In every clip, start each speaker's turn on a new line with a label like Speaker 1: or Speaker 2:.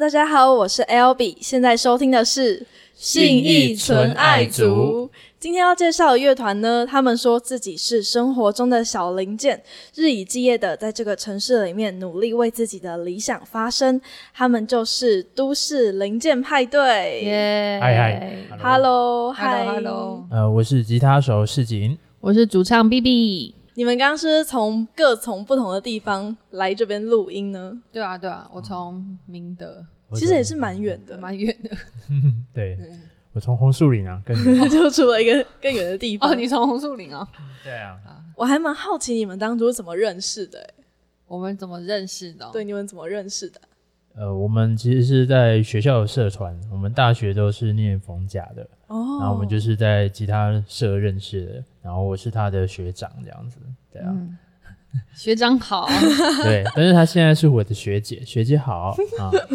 Speaker 1: 大家好，我是 L B，现在收听的是
Speaker 2: 信义纯爱族。
Speaker 1: 今天要介绍的乐团呢，他们说自己是生活中的小零件，日以继夜的在这个城市里面努力为自己的理想发声。他们就是都市零件派对。
Speaker 3: 耶！
Speaker 2: 嗨嗨
Speaker 1: Hello，嗨
Speaker 3: Hello，Hello，
Speaker 2: 呃，我是吉他手世锦，
Speaker 3: 我是主唱 B B。
Speaker 1: 你们刚刚是不是从各从不同的地方来这边录音呢？
Speaker 3: 对啊，对啊，我从明 德
Speaker 1: 其实也是蛮远的，
Speaker 3: 蛮远的。
Speaker 2: 对，我从红树林啊，跟你
Speaker 1: 就出了一个更远的地方。
Speaker 3: 哦，你从红树林哦。
Speaker 2: 对啊，
Speaker 1: 我还蛮好奇你们当初怎么认识的、欸
Speaker 3: 我们怎么认识
Speaker 2: 哦
Speaker 3: 的？哦
Speaker 1: 对，，你们怎么认识的？
Speaker 2: 呃，我们其实是在学校有社团，我们大学都是念逢甲的，
Speaker 1: 哦
Speaker 2: 然后我们就是在吉他社认识的，然后我是他的学长这样子，对啊，
Speaker 3: 嗯，学长好。啊
Speaker 2: 对，但是他现在是我的学姐，学姐好啊，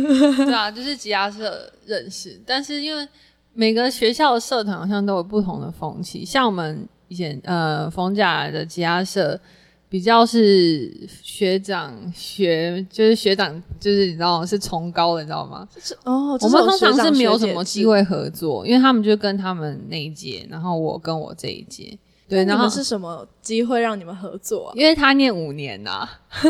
Speaker 3: 对啊，就是吉他社认识，但是因为每个学校的社团好像都有不同的风气，像我们以前呃逢甲的吉他社比较是学长学，就是学长就是你知道是崇高的，你知道吗？
Speaker 1: 哦，
Speaker 3: 我
Speaker 1: 这
Speaker 3: 们
Speaker 1: 种
Speaker 3: 通
Speaker 1: 学
Speaker 3: 常是
Speaker 1: 长
Speaker 3: 没有
Speaker 1: 学
Speaker 3: 什
Speaker 1: 姐
Speaker 3: 么
Speaker 1: 制
Speaker 3: 机。会合作，因为他们就跟他们那一届，然后我跟我这一届，对，
Speaker 1: 那
Speaker 3: 然
Speaker 1: 你
Speaker 3: 后
Speaker 1: 们是什么机会让你们合作啊？
Speaker 3: 因为他念五年呐、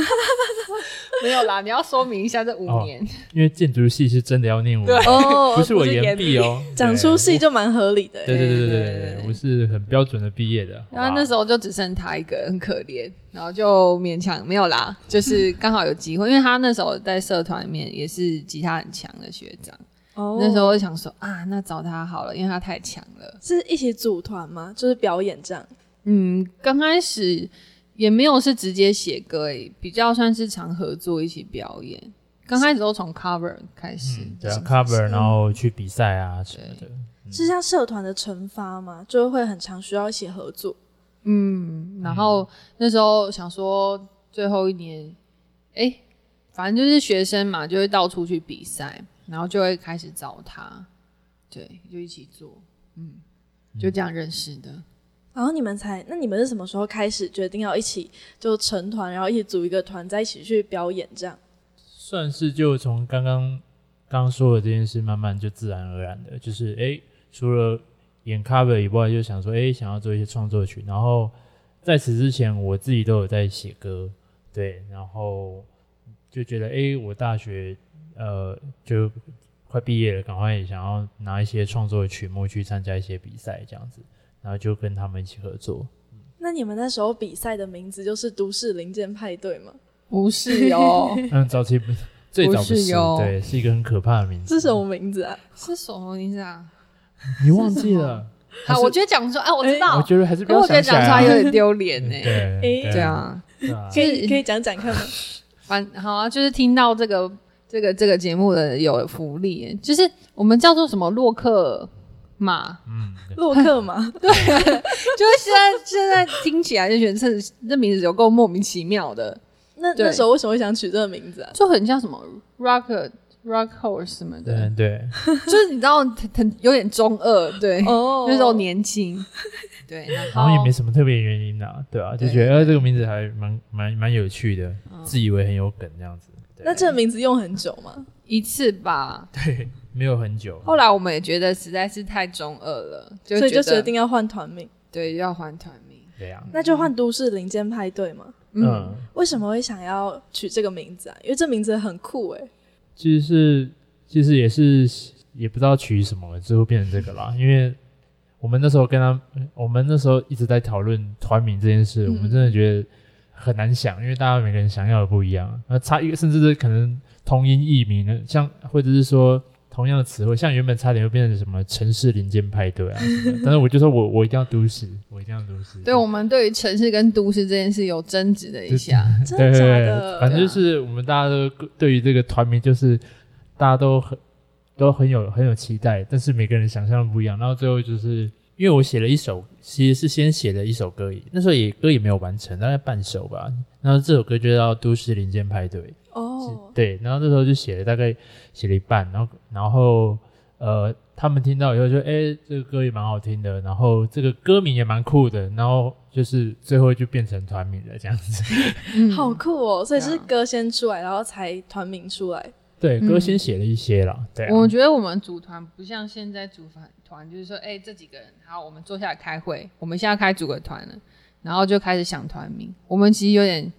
Speaker 3: 没有啦，你要说明一下这五
Speaker 2: 哦
Speaker 3: 年。
Speaker 2: 因为建筑系是真的要念我，
Speaker 1: 哦
Speaker 2: 不是我
Speaker 1: 言
Speaker 2: 延毕，哦，
Speaker 1: 讲
Speaker 2: 对
Speaker 1: 出戏，就蛮合理的欸、
Speaker 2: 对对对对对
Speaker 3: 对对
Speaker 2: 对
Speaker 3: 对
Speaker 2: 对，我是很标准的毕业的，
Speaker 3: 然后那时
Speaker 2: 候
Speaker 3: 候就只剩他一个，很可怜，然后就勉强没有啦， 就是刚好有机会，因为他那时候在社团里面也是吉他很强的学长，
Speaker 1: 哦
Speaker 3: 那时候就想说啊，那找他好了，因为他太强了。
Speaker 1: 是一起组团吗？就是表演这样。
Speaker 3: 嗯，刚开始也没有是直接写歌诶，比较算是常合作一起表演。刚开始都从 cover 开始，
Speaker 2: 嗯，对啊，cover，然后去比赛啊什么的。
Speaker 1: 是像社团的惩罚吗？就会很常需要一起合作。
Speaker 3: 嗯，然后那时候想说最后一年，哎、反正就是学生嘛，就会到处去比赛，然后就会开始找他，对，就一起做，嗯，就这样认识的。
Speaker 1: 然后你们才，那你们是什么时候开始决定要一起就成团，然后一起组一个团，再一起去表演这样？
Speaker 2: 算是就从刚刚刚说的这件事，慢慢就自然而然的，就是哎、诶除了演 cover 以外，就想说哎、诶想要做一些创作曲。然后在此之前，我自己都有在写歌，对，然后就觉得哎、诶我大学呃就快毕业了，赶快也想要拿一些创作的曲目去参加一些比赛，这样子，然后就跟他们一起合作。
Speaker 1: 那你们那时候比赛的名字就是都市零件派对吗？
Speaker 3: 不是哟，
Speaker 2: 嗯，早期不是最早
Speaker 3: 不
Speaker 2: 不
Speaker 3: 是
Speaker 2: 是，
Speaker 3: 哟
Speaker 2: 对，是一个很可怕的名字。
Speaker 1: 是什么名字啊？
Speaker 3: 是什么名字啊？
Speaker 2: 你忘记了？还
Speaker 3: 好，
Speaker 2: 是
Speaker 3: 我觉得讲说，哎、我知道，
Speaker 2: 我觉得还是不
Speaker 3: 可
Speaker 2: 要
Speaker 3: 我觉得
Speaker 2: 想起
Speaker 3: 讲
Speaker 2: 来
Speaker 3: 出
Speaker 2: 啊、
Speaker 3: 来有点丢脸呢。
Speaker 2: 对
Speaker 1: 诶
Speaker 3: 对，啊，
Speaker 2: 对啊
Speaker 1: 可以
Speaker 3: 是
Speaker 1: 可以讲讲看吗？
Speaker 3: 反好啊，就是听到这个这个这个节目的有福利耶，就是我们叫做什么洛克马。
Speaker 2: 嗯，对
Speaker 1: 洛克吗？
Speaker 3: 就是现在现在听起来就觉得这这名字有够莫名其妙的，
Speaker 1: 那
Speaker 3: 对
Speaker 1: 那时候为什么会想取这个名字啊？
Speaker 3: 就很像什么 rock rock horse 什么的，
Speaker 2: 对嗯对，
Speaker 3: 就是你知道很很有点中二，对，
Speaker 1: 哦
Speaker 3: 那时候年轻， 对，然
Speaker 2: 好像也
Speaker 3: 后
Speaker 2: 没什么特别原因啊，对啊，就
Speaker 3: 对嗯
Speaker 2: 觉得呃这个名字还蛮蛮蛮有趣的，自以为很有梗这样子。对
Speaker 1: 那这个名字用很久吗？
Speaker 3: 一次吧。
Speaker 2: 对没有很久，
Speaker 3: 后来我们也觉得实在是太中二了，就
Speaker 1: 所以就
Speaker 3: 觉得
Speaker 1: 决定要换团名，
Speaker 3: 对要还团名，
Speaker 2: 对啊，
Speaker 1: 那就换都市零件派对嘛。
Speaker 3: 嗯，
Speaker 2: 嗯，
Speaker 1: 为什么会想要取这个名字啊？因为这名字很酷哎诶、
Speaker 2: 其实是其实也是也不知道取什么，最后变成这个啦，因为。我们那时候跟他，我们那时候一直在讨论团名这件事，
Speaker 1: 嗯
Speaker 2: 我们真的觉得很难想，因为大家每个人想要的不一样，那差一个甚至是可能同音异名的，像或者是说同样的词汇，像原本差点又变成什么城市林间派对啊什么的，但是我就说我我一定要都市，我一定要都市，
Speaker 3: 对我们对于城市跟都市这件事有争执了 一下，
Speaker 1: 真的
Speaker 2: 对对
Speaker 1: 假
Speaker 2: 对
Speaker 1: 的？
Speaker 2: 反正就是我们大家都对于这个团名，就是大家都很都很有很有期待，但是每个人想象不一样。然后最后就是因为我写了一首，其实是先写了一首歌，那时候也歌也没有完成，大概半首吧。然后这首歌就叫《都市林间派对》，
Speaker 1: 哦，
Speaker 2: 对。然后那时候就写了大概写了一半，然后然后呃，他们听到以后就哎、这个歌也蛮好听的，然后这个歌名也蛮酷的，然后就是最后就变成团名了这样子。
Speaker 3: 嗯
Speaker 1: 好酷哦！所以
Speaker 3: 对啊
Speaker 1: 是歌先出来，然后才团名出来。
Speaker 2: 对，
Speaker 3: 嗯
Speaker 2: 歌先写了一些啦，对啊、
Speaker 3: 我觉得我们组团不像现在组团团，就是说，哎、这几个人，好，我们坐下来开会，我们现在开组个团了，然后就开始想团名。我们其实有点，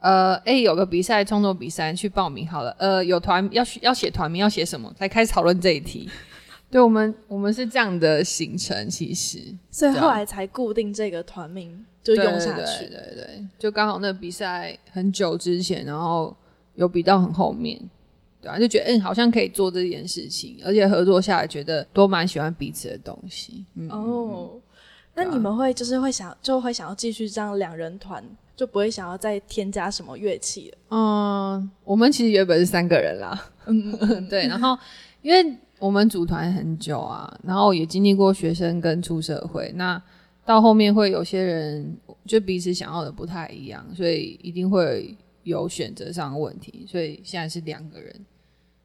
Speaker 3: 呃，哎、有个比赛，创作比赛去报名好了，呃，有团要写要写团名，要写什么，才开始讨论这一题。 对我们，我们是这样的行程，其实
Speaker 1: 所以
Speaker 3: 对啊
Speaker 1: 后来才固定这个团名，就
Speaker 3: 对
Speaker 1: 用下去。
Speaker 3: 对对对对，就刚好那比赛很久之前，然后有比到很后面，对啊，就觉得嗯，好像可以做这件事情，而且合作下来觉得都蛮喜欢彼此的东西。嗯，啊
Speaker 1: 哦，那你们会就是会想就会想要继续这样两人团，就不会想要再添加什么乐器了。
Speaker 3: 嗯，我们其实原本是三个人啦，嗯，对，然后因为我们组团很久啊，然后也经历过学生跟出社会，那到后面会有些人就彼此想要的不太一样，所以一定会有选择上的问题，所以现在是两个人。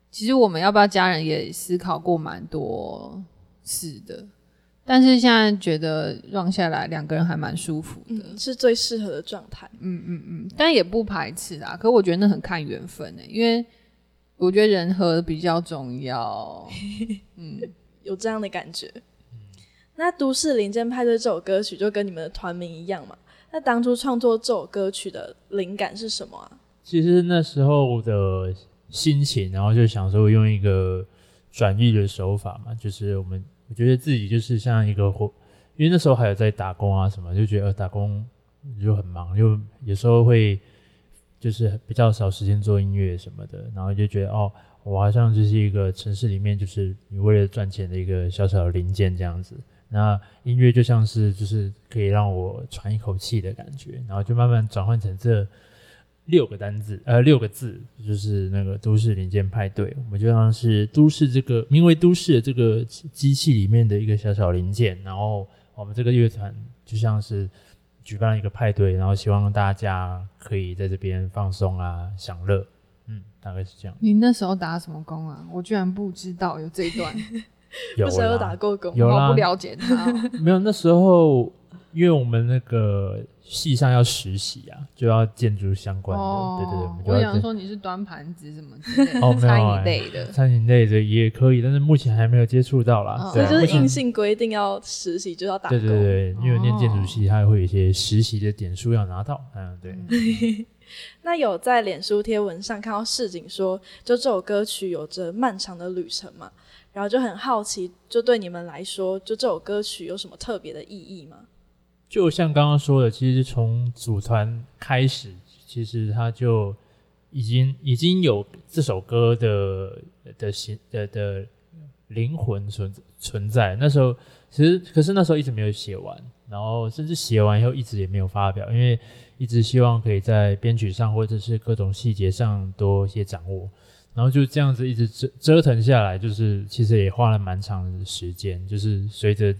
Speaker 3: 其实我们要不要家人也思考过蛮多次的，但是现在觉得让下来两个人还蛮舒服的。
Speaker 1: 嗯，是最适合的状态。
Speaker 2: 嗯
Speaker 3: 嗯但也不排斥啦。可我觉得那很看缘分呢、因为我觉得人和比较重要。
Speaker 1: 有这样的感觉。
Speaker 2: 嗯
Speaker 1: 那《都市林间派对》这首歌曲就跟你们的团名一样嘛？那当初创作这首歌曲的灵感是什么啊？
Speaker 2: 其实那时候的心情，然后就想说用一个转译的手法嘛，就是我们我觉得自己就是像一个活，因为那时候还有在打工啊什么，就觉得、呃打工就很忙，就有时候会就是比较少时间做音乐什么的，然后就觉得哦，我好像就是一个城市里面就是你为了赚钱的一个小小的零件这样子。那音乐就像是就是可以让我喘一口气的感觉，然后就慢慢转换成这六个单字，呃，六个字，就是那个都市零件派对，我们就像是都市这个名为都市的这个机器里面的一个小小零件，然后我们这个乐团就像是举办了一个派对，然后希望大家可以在这边放松啊，享乐，嗯，大概是这样。
Speaker 3: 你那时候打什么工啊？我居然不知道有这 一段，
Speaker 2: 有
Speaker 1: 不是有
Speaker 2: 啦
Speaker 1: 打过工？
Speaker 2: 有啊啦
Speaker 3: 我不了解他哦、
Speaker 2: 没有，那时候因为我们那个系上要实习啊，就要建筑相 关的，
Speaker 1: 哦
Speaker 2: 对对对，我们就
Speaker 3: 哦我
Speaker 2: 要
Speaker 3: 想
Speaker 2: 在
Speaker 3: 说你是端盘子什么之类的，
Speaker 2: 哦没有
Speaker 3: 餐
Speaker 2: 哎
Speaker 3: 饮类的。
Speaker 2: 餐饮类的也可以，但是目前还没有接触到啦。
Speaker 3: 哦
Speaker 1: 所
Speaker 2: 对
Speaker 1: 以
Speaker 2: 啊，
Speaker 1: 就
Speaker 2: 目
Speaker 1: 是
Speaker 2: 前
Speaker 1: 硬性规定要实习就要打工。
Speaker 2: 对对对，因为我念建筑
Speaker 3: 哦
Speaker 2: 系，它会有一些实习的点数要拿到。嗯，对，
Speaker 1: 那有在脸书贴文上看到市井说，就这首歌曲有着漫长的旅程嘛，然后就很好奇，就对你们来说，就这首歌曲有什么特别的意义吗？
Speaker 2: 就像刚刚说的，其实从组团开始，其实它就已经已经有这首歌的的形的的灵魂存存在。那时候其实可是那时候一直没有写完，然后甚至写完以后一直也没有发表，因为一直希望可以在编曲上或者是各种细节上多一些掌握。然后就这样子一直折折腾下来，就是其实也花了蛮长的时间，就是随着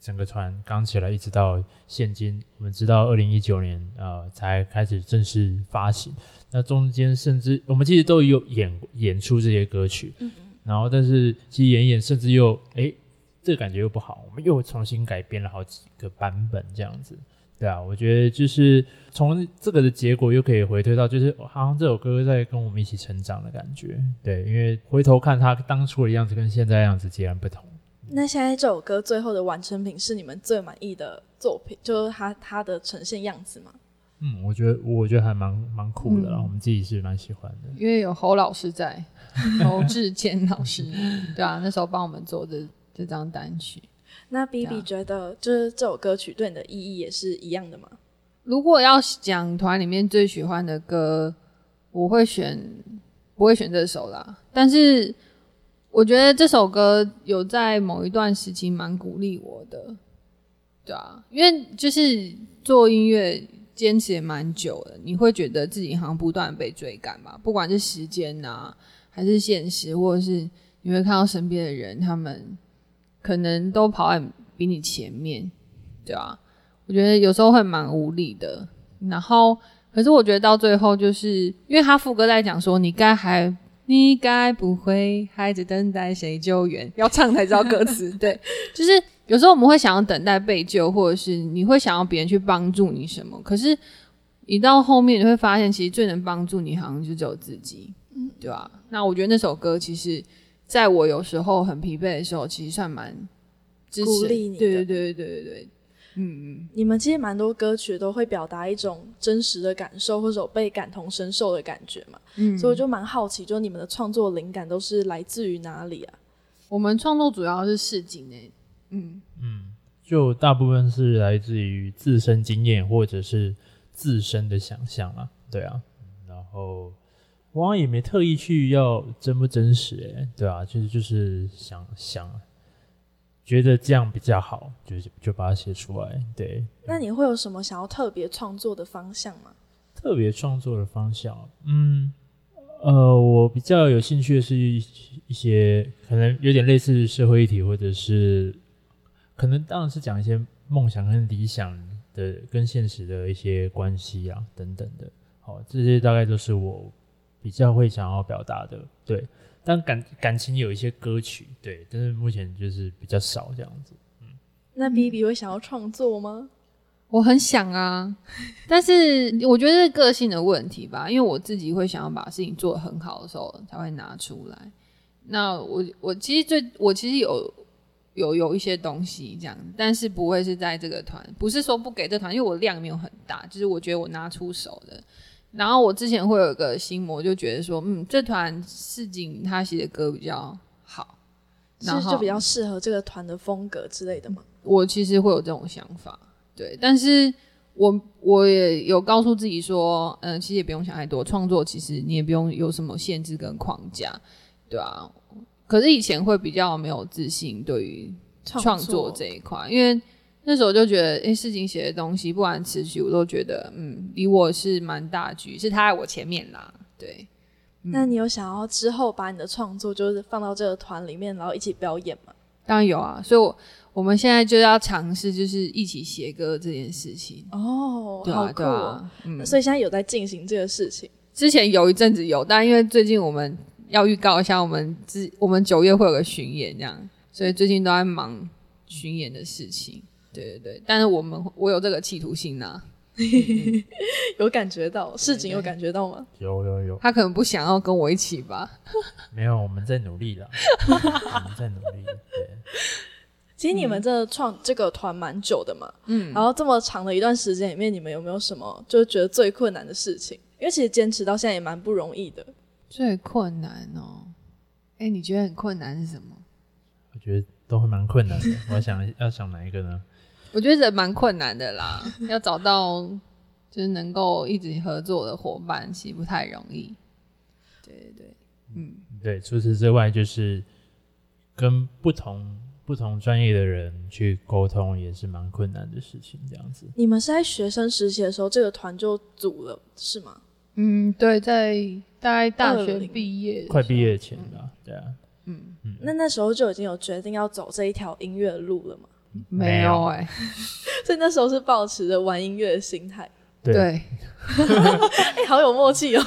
Speaker 2: 整个团刚起来，一直到现今，我们知道二零一九年呃才开始正式发行。那中间甚至我们其实都有演演出这些歌曲，然后但是其实演一演甚至又哎这个感觉又不好，我们又重新改编了好几个版本这样子。对啊，我觉得就是从这个的结果又可以回推到，就是哦好像这首歌在跟我们一起成长的感觉。对，因为回头看它当初的样子跟现在的样子截然不同。
Speaker 1: 那现在这首歌最后的完成品是你们最满意的作品，就是它它的呈现样子吗？
Speaker 2: 嗯，我觉得我觉得还蛮蛮酷的啦，我们自己是蛮喜欢的。
Speaker 3: 因为有侯老 师在，侯志坚老师，对啊，那时候帮我们做这这张单曲。
Speaker 1: 那 B B 觉得就是这首歌曲对你的意义也是一样的吗？
Speaker 3: 如果要讲团里面最喜欢的歌，我会选不会选这首啦。但是我觉得这首歌有在某一段时期蛮鼓励我的，对啊，因为就是做音乐坚持也蛮久了，你会觉得自己好像不断被追赶吧，不管是时间啊，还是现实，或者是你会看到身边的人，他们可能都跑在比你前面，对啊。我觉得有时候会蛮无力的。然后，可是我觉得到最后，就是因为他副歌在讲说，你该还你该不会还在等待谁救援？要唱才知道歌 词，对，就是有时候我们会想要等待被救，或者是你会想要别人去帮助你什么，可是。你到后面你会发现，其实最能帮助你，好像就只有自己。
Speaker 1: 嗯
Speaker 3: 对啊，那我觉得那首歌其实在我有时候很疲惫的时候，其实算蛮支持
Speaker 1: 鼓励你的
Speaker 3: 对对对对对对，嗯嗯，
Speaker 1: 你们其实蛮多歌曲都会表达一种真实的感受，或者有被感同身受的感觉嘛，
Speaker 3: 嗯
Speaker 1: 所以我就蛮好奇，就你们的创作灵感都是来自于哪里啊？
Speaker 3: 我们创作主要是市井诶，嗯，
Speaker 2: 嗯，就大部分是来自于自身经验或者是自身的想象啊，对啊，嗯然后我好像也没特意去要真不真实、欸，对啊，就是就是想想，觉得这样比较好，就就把它写出来，对，
Speaker 1: 那你会有什么想要特别创作的方向吗？
Speaker 2: 特别创作的方向，嗯，呃，我比较有兴趣的是一一些可能有点类似社会议题，或者是可能当然是讲一些梦想跟理想的跟现实的一些关系啊等等的。好，这些大概都是我比较会想要表达的。对，但感感情有一些歌曲，对，但是目前就是比较少这样子。
Speaker 1: 那
Speaker 3: 嗯
Speaker 1: B B 会想要创作吗？
Speaker 3: 我很想啊，但是我觉得是个性的问题吧，因为我自己会想要把事情做得很好的时候才会拿出来。那我我其实最我其实有有有一些东西这样，但是不会是在这个团，不是说不给这团，因为我量没有很大，就是我觉得我拿出手的。然后我之前会有一个心魔，就觉得说，嗯，这团市井他写的歌比较好，
Speaker 1: 是
Speaker 3: 然后
Speaker 1: 就比较适合这个团的风格之类的吗？
Speaker 3: 我其实会有这种想法，对，但是我我也有告诉自己说，嗯、其实也不用想太多，创作其实你也不用有什么限制跟框架，对啊。可是以前会比较没有自信对于创作这一块，因为那时候就觉得，诶，事情写的东西，不管词曲，我都觉得，嗯，离我是蛮大局，是他在我前面啦，对。
Speaker 1: 那你有想要之后把你的创作就是放到这个团里面，然后一起表演吗？
Speaker 3: 当然有啊，所以我我们现在就要尝试，就是一起写歌这件事情。
Speaker 1: 哦，
Speaker 3: 对
Speaker 1: 好
Speaker 3: 啊，
Speaker 1: 酷
Speaker 3: 对
Speaker 1: 哦、
Speaker 3: 啊，嗯，
Speaker 1: 所以现在有在进行这个事情，
Speaker 3: 之前有一阵子有，但因为最近我们要预告一下，我们之我们九月会有个巡演，这样，所以最近都在忙巡演的事情。对对对，但是我们我有这个企图心啊呐、
Speaker 1: 有感觉到市井有感觉到吗？
Speaker 2: 有有有，
Speaker 3: 他可能不想要跟我一起吧。
Speaker 2: 没有，我们在努力啦，我们在努力，对。
Speaker 1: 其实你
Speaker 3: 嗯
Speaker 1: 们这创、这个团蛮久的嘛，嗯，然后这么长的一段时间里面，你们有没有什么就是觉得最困难的事情？因为其实坚持到现在也蛮不容易的。
Speaker 3: 最困难哦，哎，你觉得很困难是什么？
Speaker 2: 我觉得都会蛮困难的。我想要想哪一个呢？
Speaker 3: 我觉得人蛮困难的啦， 要找到就是能够一直合作的伙伴，其实不太容易。对对对，嗯。
Speaker 2: 对，除此之外，就是跟不同不同专业的人去沟通，也是蛮困难的事情。这样子，
Speaker 1: 你们是在学生实习的时候，这个团就组了是吗？
Speaker 3: 嗯，对，在大概大学
Speaker 1: 20
Speaker 3: 毕业的时候，
Speaker 2: 快毕业前吧，对啊，
Speaker 3: 嗯，
Speaker 1: 那那时候就已经有决定要走这一条音乐路了嘛？
Speaker 3: 没有哎、
Speaker 1: 所以那时候是保持着玩音乐的心态。
Speaker 2: 对啊
Speaker 3: 对，
Speaker 1: 哎、 好有默契哦。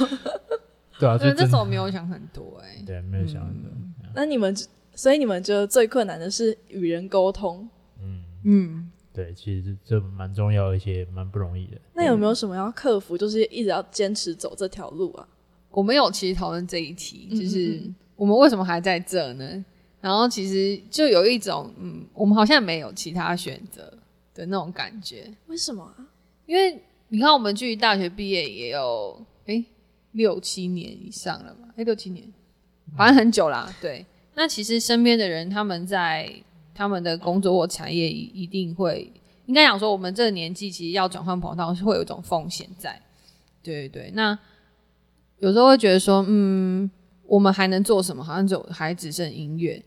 Speaker 2: 对啊，就
Speaker 3: 对，那嗯
Speaker 2: 真
Speaker 3: 时
Speaker 2: 的
Speaker 3: 候呃没有想很多哎、
Speaker 2: 对没有想到的，
Speaker 1: 那你们所以你们觉得最困难的是与人沟通。
Speaker 3: 嗯，
Speaker 2: 对，其实这蛮重要，而且蛮不容易的。
Speaker 1: 那有没有什么要克服，就是一直要坚持走这条路啊？
Speaker 3: 我们有其实讨论这一题，
Speaker 1: 嗯
Speaker 3: 就是
Speaker 1: 嗯嗯
Speaker 3: 我们为什么还在这呢？然后其实就有一种，嗯，我们好像没有其他选择的那种感觉，
Speaker 1: 为什么啊？
Speaker 3: 因为你看我们距离大学毕业也有哎六七年以上了吧？哎六七年，反正很久啦。对，那其实身边的人他们在他们的工作或产业一定会，应该讲说我们这个年纪其实要转换跑道是会有一种风险在。对对对，那有时候会觉得说，嗯，我们还能做什么？好像就还只剩音乐。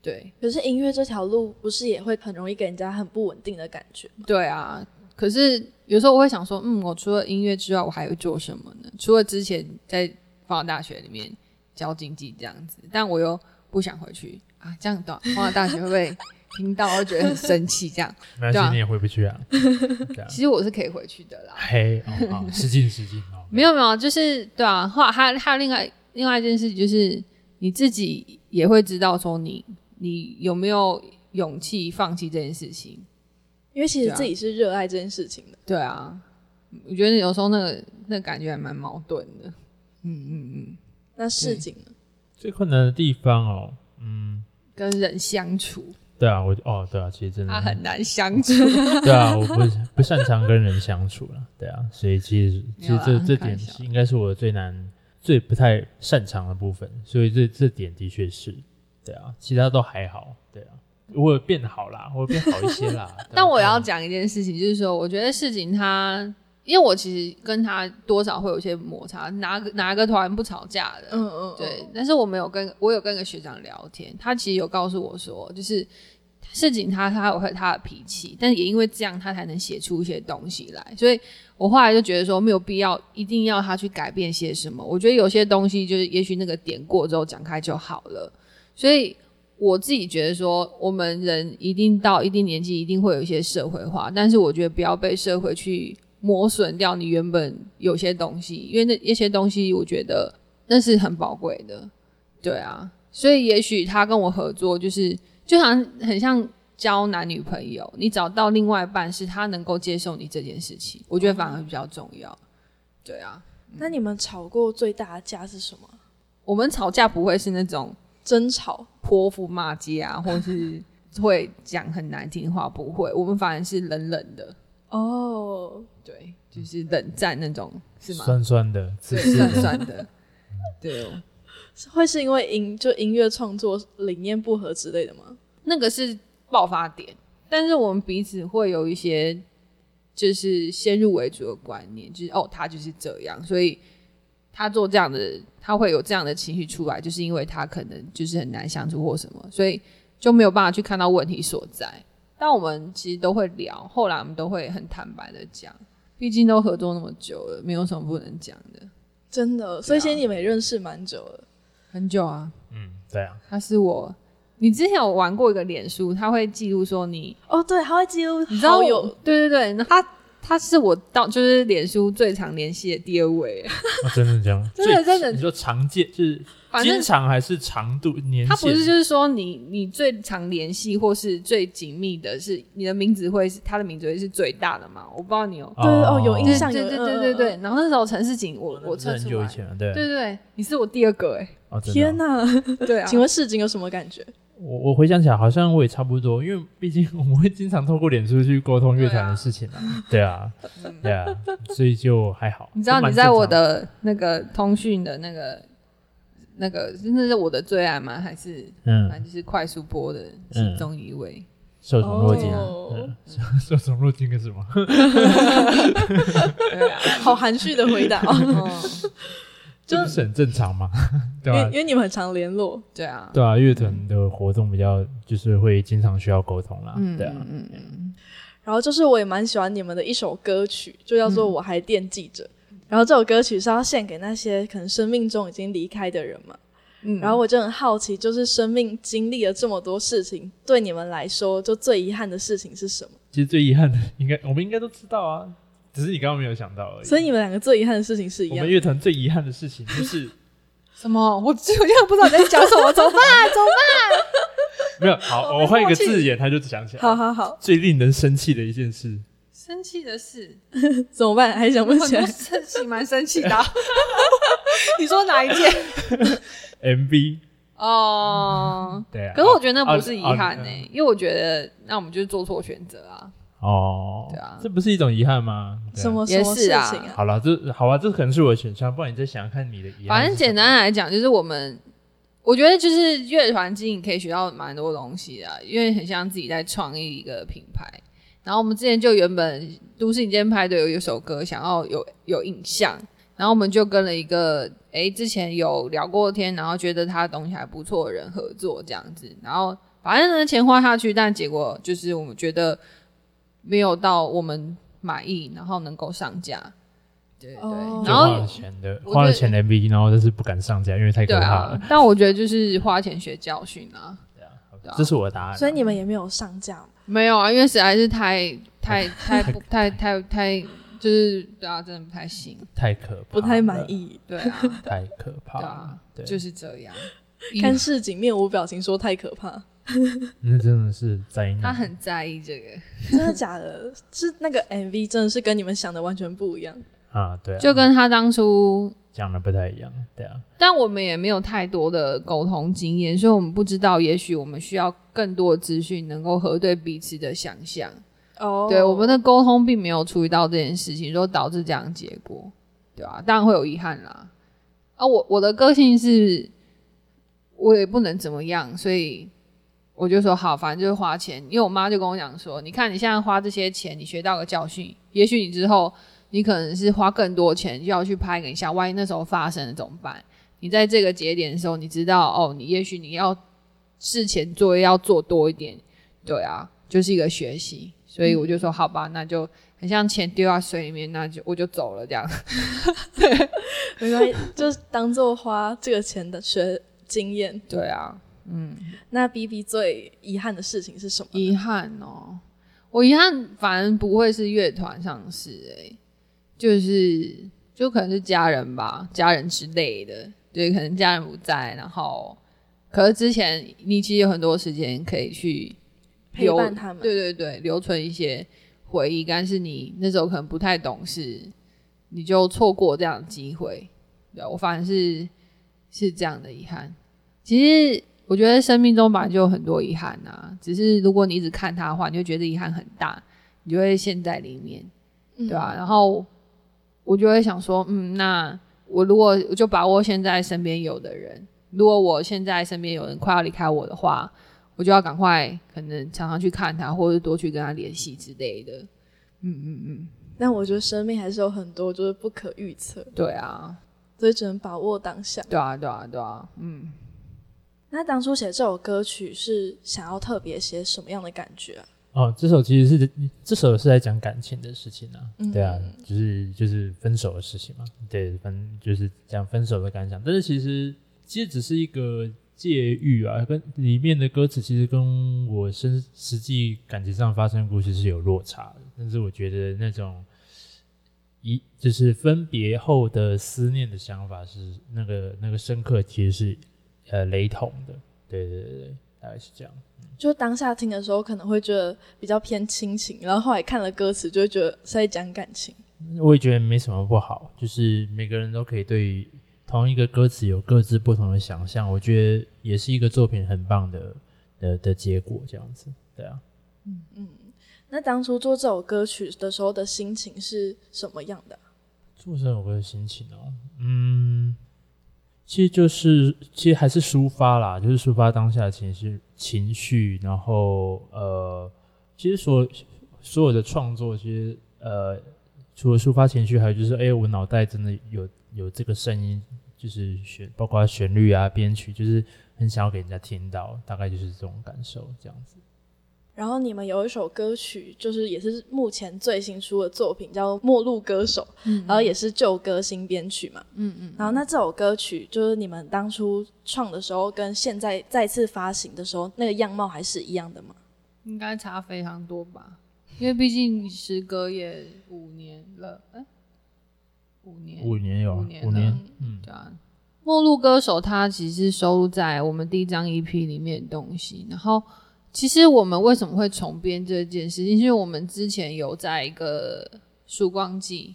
Speaker 3: 对，
Speaker 1: 可是音乐这条路不是也会很容易给人家很不稳定的感觉？
Speaker 3: 对啊，可是有时候我会想说，嗯，我除了音乐之外，我还会做什么呢？除了之前在法国大学里面教经济这样子，但我又不想回去啊，这样的法国大学会不会听到会觉得很生气？这样，
Speaker 2: 没关
Speaker 3: 对啊
Speaker 2: 系，你也回不去 啊。对啊，
Speaker 3: 其实我是可以回去的啦。
Speaker 2: 嘿，哦，好，失敬失敬哦。
Speaker 3: 没有没有，就是对啊，后来还还有另外另外一件事，就是你自己也会知道说你你有没有勇气放弃这件事情。
Speaker 1: 因为其实
Speaker 3: 对啊
Speaker 1: 自己是热爱这件事情的。
Speaker 3: 对啊，我觉得有时候那个那个感觉还蛮矛盾的。嗯嗯嗯，
Speaker 1: 那市井呢？
Speaker 2: 最困难的地方哦，嗯，
Speaker 3: 跟人相处，
Speaker 2: 对啊，我哦，对啊，其实真的
Speaker 3: 他很难相处。
Speaker 2: 对啊，我不不擅长跟人相处了，对啊，所以其实其实
Speaker 3: 没有
Speaker 2: 这
Speaker 3: 啦
Speaker 2: 这
Speaker 3: 开玩
Speaker 2: 点
Speaker 3: 笑
Speaker 2: 应该是我最难、最不太擅长的部分，所以这这点的确是，对啊，其他都还好，对啊，我有变好啦，我有变好一些啦。对啊
Speaker 3: 但我
Speaker 2: 对啊
Speaker 3: 要讲一件事情，就是说，我觉得事情他，因为我其实跟他多少会有一些摩擦，哪个哪个团不吵架的，
Speaker 1: 嗯嗯，
Speaker 3: 对，但是我们有跟我有跟一个学长聊天，他其实有告诉我说，就是市井他他有他的脾气，但也因为这样他才能写出一些东西来，所以我后来就觉得说没有必要一定要他去改变些什么，我觉得有些东西就是也许那个点过之后讲开就好了，所以。我自己觉得说，我们人一定到一定年纪，一定会有一些社会化，但是我觉得不要被社会去磨损掉你原本有些东西，因为那一些东西，我觉得那是很宝贵的，对啊。所以也许他跟我合作，就是就好像很像交男女朋友，你找到另外一半是他能够接受你这件事情，我觉得反而比较重要。对啊，
Speaker 1: 那你们吵过最大的架是什么？
Speaker 3: 我们吵架不会是那种
Speaker 1: 争吵？
Speaker 3: 泼妇骂街啊，或 是会讲很难听的话，不会，我们反而是冷冷的，
Speaker 1: 哦，
Speaker 3: 对，就是冷战那种，是吗？
Speaker 2: 酸酸的，
Speaker 3: 对
Speaker 2: 只，是
Speaker 3: 酸酸的，对哦。
Speaker 1: 是会是因为音就音乐创作理念不合之类的吗？
Speaker 3: 那个是爆发点，但是我们彼此会有一些就是先入为主的观念，就是哦，他就是这样，所以他做这样的，他会有这样的情绪出来，就是因为他可能就是很难相处或什么，所以就没有办法去看到问题所在。但我们其实都会聊，后来我们都会很坦白的讲，毕竟都合作那么久了，没有什么不能讲的。
Speaker 1: 真的，所以其实你们也认识蛮久了。
Speaker 3: 很久啊，
Speaker 2: 嗯，对啊，
Speaker 3: 他是我，你之前有玩过一个脸书，他会记录说你
Speaker 1: 哦，对，他会记录
Speaker 3: 你知道
Speaker 1: 好
Speaker 3: 有
Speaker 1: 友，
Speaker 3: 对对对，那他他是我到就是脸书最常联系的第二位，
Speaker 2: 啊真的这样，
Speaker 3: 真
Speaker 2: 最
Speaker 3: 的真的
Speaker 2: 你说常见就是
Speaker 3: 反
Speaker 2: 经
Speaker 3: 正
Speaker 2: 常还是长度年限？
Speaker 3: 他不是就是说你你最常联系或是最紧密的是你的名字会是他的名字会是最大的嘛？我不知道你有，
Speaker 1: 对哦有印
Speaker 3: 对
Speaker 1: 象
Speaker 3: 对
Speaker 1: 有
Speaker 3: 对
Speaker 1: 嗯
Speaker 3: 对对对。然后那时候陈世锦，我我
Speaker 2: 是
Speaker 3: 测
Speaker 2: 很
Speaker 3: 出
Speaker 2: 久
Speaker 3: 来
Speaker 2: 以，前了，对啊，
Speaker 3: 对对对，你是我第二个哎、
Speaker 2: 哦，真的哦
Speaker 1: 天哪！
Speaker 3: 对啊，
Speaker 1: 请问市井有什么感觉？
Speaker 2: 我我回想起来，好像我也差不多，因为毕竟我们会经常透过脸书去沟通乐团的事情啊，对啊，对啊，所以就还好。
Speaker 3: 你知道
Speaker 2: 就蛮
Speaker 3: 你在我
Speaker 2: 正常
Speaker 3: 的那个通讯的那个那个那是我的最爱吗？还是反
Speaker 2: 嗯
Speaker 3: 正就是快速播的其中一位？
Speaker 2: 受宠若惊啊，
Speaker 1: 哦
Speaker 2: 嗯 受受宠若惊个什么？
Speaker 3: 对啊，
Speaker 1: 好含蓄的回答
Speaker 2: 啊
Speaker 1: 哦，
Speaker 3: 嗯
Speaker 1: 就
Speaker 2: 这不是很正常嘛， 对
Speaker 1: 因为
Speaker 2: 吧
Speaker 1: 因？为你们很常联络，
Speaker 3: 对啊，
Speaker 2: 对啊，乐团的活动比较就是会经常需要沟通啦，
Speaker 3: 嗯
Speaker 2: 对啊，
Speaker 3: 嗯嗯
Speaker 1: 然后就是我也蛮喜欢你们的一首歌曲，就叫
Speaker 2: 嗯
Speaker 1: 做《我还惦记着》。然后这首歌曲是要献给那些可能生命中已经离开的人嘛。
Speaker 3: 嗯
Speaker 1: 然后我就很好奇，就是生命经历了这么多事情，对你们来说，就最遗憾的事情是什么？
Speaker 2: 其实最遗憾的，应该我们应该都知道啊，只是你刚刚没有想到而已。
Speaker 1: 所以你们两个最遗憾的事情是一
Speaker 2: 嗯我
Speaker 1: 样
Speaker 2: 们。乐团最遗憾的事情就是。
Speaker 3: 什么？我我现在不知道你在讲什么，怎么办？怎么办？
Speaker 2: 没有好，我换一个字眼，他就想起 来。
Speaker 1: 好好好，
Speaker 2: 最令人生气的一件事，
Speaker 3: 生气的事，
Speaker 1: 怎么办？还想不
Speaker 3: 很
Speaker 1: 起
Speaker 3: 多
Speaker 1: 来。
Speaker 3: 生气，蛮生气的啊、 你说哪一件？
Speaker 2: MV，
Speaker 3: 哦、
Speaker 2: 对啊。
Speaker 3: 可是我觉得那不是遗憾欸呢、
Speaker 2: 啊
Speaker 3: 因为我觉得那我们就是做错选择啊。
Speaker 2: 哦，
Speaker 3: 对啊
Speaker 2: 这不是一种遗憾吗？ 对啊
Speaker 1: 什？么什
Speaker 3: 也
Speaker 1: 么事
Speaker 3: 是
Speaker 1: 情
Speaker 3: 啊
Speaker 1: 啊？
Speaker 2: 好了，这好吧，这可能是我的选项，不然你再想想看你的遗憾。
Speaker 3: 反正简，单啊来讲，就是我们，我觉得就是乐团经营可以学到蛮多东西的啊，因为很像自己在创意一个品牌。然后我们之前就原本都市影间派对有一首歌想要有有影像，然后我们就跟了一个诶之前有聊过天，然后觉得他的东西还不错的人合作这样子，然后反正呢钱花下去，但结果就是我们觉得没有到我们满意，然后能够上架。对对，
Speaker 1: 哦
Speaker 2: 就
Speaker 3: 然
Speaker 2: 花
Speaker 3: 后
Speaker 2: 了钱的，
Speaker 3: 我觉得
Speaker 2: 花了钱的 MV，然后但是不敢上架，因为太
Speaker 3: 对
Speaker 2: 可怕
Speaker 3: 啊
Speaker 2: 了。，
Speaker 3: 但我觉得就是花钱学教训啊，对啊
Speaker 2: 这是我的答案啊。
Speaker 1: 所以你们也没有上架吗
Speaker 3: 没有啊，因为实在是太太太不太太太就是对啊，真的不太行，
Speaker 2: 太可怕，
Speaker 1: 不太满，意。
Speaker 3: 对啊，
Speaker 2: 太可怕
Speaker 3: 对
Speaker 2: 了
Speaker 3: 啊。
Speaker 2: 对，
Speaker 3: 就是这样。
Speaker 1: 看
Speaker 3: 嗯
Speaker 1: 市井面无表情，说太可怕，
Speaker 2: 那真的是灾
Speaker 3: 他
Speaker 2: 难。
Speaker 3: 很在意这个，
Speaker 1: 真的假的？是那个 MV 真的是跟你们想的完全不一样。
Speaker 2: 啊，对啊，
Speaker 3: 就跟他当初
Speaker 2: 讲的不太一样，对啊，
Speaker 3: 但我们也没有太多的沟通经验，所以我们不知道，也许我们需要更多的资讯能够核对彼此的想象。
Speaker 1: 哦
Speaker 3: 对，我们的沟通并没有处理到这件事情，就导致这样的结果，对啊，当然会有遗憾啦。啊，我我的个性是，我也不能怎么样，所以我就说好，反正就是花钱。因为我妈就跟我讲说，你看你现在花这些钱，你学到个教训，也许你之后你可能是花更多钱就要去拍一个一下，万一那时候发生了怎么办？你在这个节点的时候，你知道哦，你也许你要事前作业要做多一点，对啊，就是一个学习。所以我就说好吧，那就很像钱丢到水里面，那就我就走了这样。
Speaker 1: 没关系，就是当做花这个钱的学经验。
Speaker 3: 对啊，
Speaker 1: 那 B B 最遗憾的事情是什么？
Speaker 3: 遗憾哦，我遗憾反而不会是乐团上市、欸，就是就可能是家人吧，家人之类的，对，可能家人不在，然后可是之前你其实有很多时间可以去
Speaker 1: 陪
Speaker 3: 留
Speaker 1: 伴他们
Speaker 3: 对对对，留存一些回忆，但是你那时候可能不太懂事，你就错过这样的机会，对我反而是是这样的遗憾。其实我觉得生命中本来就有很多遗憾啊，只是如果你一直看它的话，你就觉得遗憾很大，你就会陷在里面，
Speaker 1: 嗯
Speaker 3: 对啊吧、然后我就会想说，嗯，那我如果我就把握现在身边有的人，如果我现在身边有人快要离开我的话，我就要赶快可能常常去看他，或者多去跟他联系之类的。嗯嗯嗯，
Speaker 1: 但我觉得生命还是有很多就是不可预测，
Speaker 3: 对啊，
Speaker 1: 所以只能把握当下。
Speaker 3: 对啊，对啊，对啊，嗯。
Speaker 1: 那当初写这首歌曲是想要特别写什么样的感觉啊？
Speaker 2: 哦，这首其实是这首是在讲感情的事情啊，
Speaker 1: 嗯
Speaker 2: 对啊，就是就是分手的事情嘛，对，分就是讲分手的感想，但是其实其实只是一个借喻啊，跟里面的歌词其实跟我身实际感情上发生的故事是有落差的，但是我觉得那种一就是分别后的思念的想法是那个那个深刻，其实是呃雷同的，对对对对，大概是这样。
Speaker 1: 就当下听的时候可能会觉得比较偏亲情，然后后来看了歌词就会觉得是在讲感情。
Speaker 2: 我也觉得没什么不好，就是每个人都可以对同一个歌词有各自不同的想象，我觉得也是一个作品很棒的的的结果，这样子，对啊。
Speaker 1: 那当初做这首歌曲的时候的心情是什么样的啊？
Speaker 2: 做这首歌的心情哦，嗯，其实就是其实还是抒发啦，就是抒发当下的情绪情绪，然后呃，其实所所有的创作，其实呃，除了抒发情绪，还有就是哎、我脑袋真的有有这个声音，就是旋包括旋律啊、编曲，就是很想要给人家听到，大概就是这种感受这样子。
Speaker 1: 然后你们有一首歌曲，就是也是目前最新出的作品，叫《末路歌手》，
Speaker 3: 嗯
Speaker 1: 然后也是旧歌新编曲嘛。嗯嗯。然后那这首歌曲就是你们当初创的时候，跟现在再次发行的时候，那个样貌还是一样的吗？
Speaker 3: 应该差非常多吧，因为毕竟时隔也五年了，哎、五年，
Speaker 2: 五年有啊
Speaker 3: 五年
Speaker 2: 五
Speaker 3: 了
Speaker 2: 年，嗯，
Speaker 3: 对啊。末路歌手它其实是收录在我们第一张 EP 里面的东西，然后其实我们为什么会重编这件事情，是因为我们之前有在一个曙光季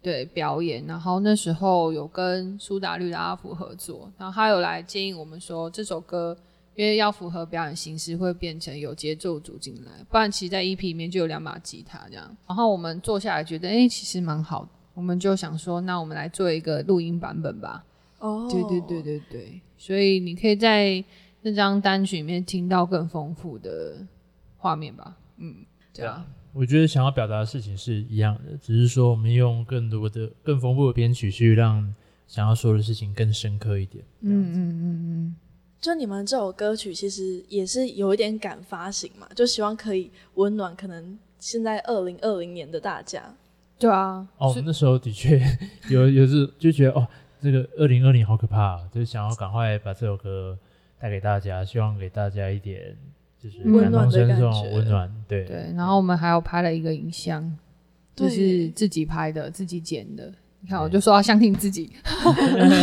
Speaker 3: 对表演，然后那时候有跟苏打绿的阿福合作，然后他有来建议我们说这首歌。因为要符合表演形式，会变成有节奏组进来，不然其实在 EP 里面就有两把吉他这样。然后我们坐下来觉得，哎、其实蛮好的，我们就想说，那我们来做一个录音版本吧。
Speaker 1: 哦
Speaker 3: 对对对。对对，所以你可以在那张单曲里面听到更丰富的画面吧。嗯，对啊，
Speaker 2: 我觉得想要表达的事情是一样的，只是说我们用更多的、更丰富的编曲去让想要说的事情更深刻一点。
Speaker 3: 嗯嗯嗯嗯，
Speaker 1: 就你们这首歌曲其实也是有一点赶发行嘛，就希望可以温暖可能现在二零二零年的大家。
Speaker 3: 对啊。
Speaker 2: 哦，那时候的确 有有是就觉得哦，这个二零二零好可怕、啊，就是想要赶快把这首歌带给大家，希望给大家一点就是
Speaker 1: 温
Speaker 2: 感
Speaker 1: 暖
Speaker 2: 同
Speaker 1: 的
Speaker 2: 身
Speaker 1: 感
Speaker 2: 受
Speaker 1: 觉、
Speaker 2: 温暖。对，
Speaker 3: 对，然后我们还有拍了一个影像，就
Speaker 1: 对
Speaker 3: 是自己拍的，自己剪的。你看，我
Speaker 2: 对
Speaker 3: 就说要相信自己。
Speaker 1: 很
Speaker 3: 没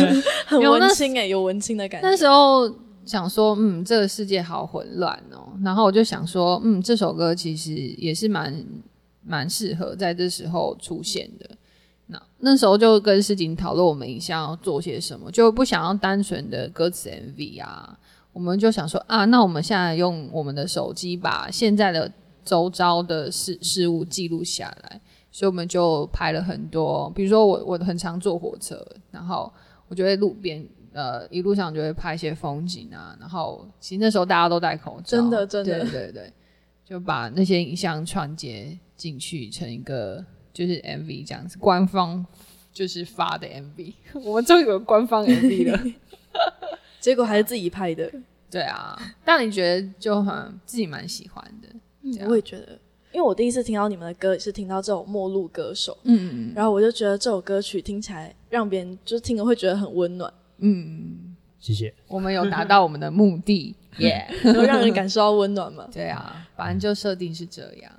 Speaker 3: 有那
Speaker 1: 温
Speaker 3: 是
Speaker 1: 馨哎、有文青的感觉。
Speaker 3: 那时候想说，嗯，这个世界好混乱哦。然后我就想说，嗯，这首歌其实也是蛮蛮适合在这时候出现的。那那时候就跟诗景讨论我们影像要做些什么，就不想要单纯的歌词 MV 啊，我们就想说啊，那我们现在用我们的手机把现在的周遭的事事物记录下来，所以我们就拍了很多，比如说我我很常坐火车，然后我就会路边。呃，一路上就会拍一些风景啊，然后其实那时候大家都戴口罩，
Speaker 1: 真的真的
Speaker 3: 对对对，就把那些影像串接进去成一个就是 MV 这样子，官方就是发的 MV，我 们终于有官方 MV 了。
Speaker 1: 结果还是自己拍的。
Speaker 3: 对啊，但你觉得就很自己蛮喜欢的，对啊
Speaker 1: 嗯我也觉得，因为我第一次听到你们的歌也是听到这种末路歌手，
Speaker 3: 嗯
Speaker 1: 然后我就觉得这首歌曲听起来让别人就是听了会觉得很温 暖，
Speaker 3: 嗯，
Speaker 2: 谢谢。
Speaker 3: 我们有达到我们的目 的，耶、
Speaker 1: 然后让人感受到温暖嘛。
Speaker 3: 对啊，反正就设定是这样，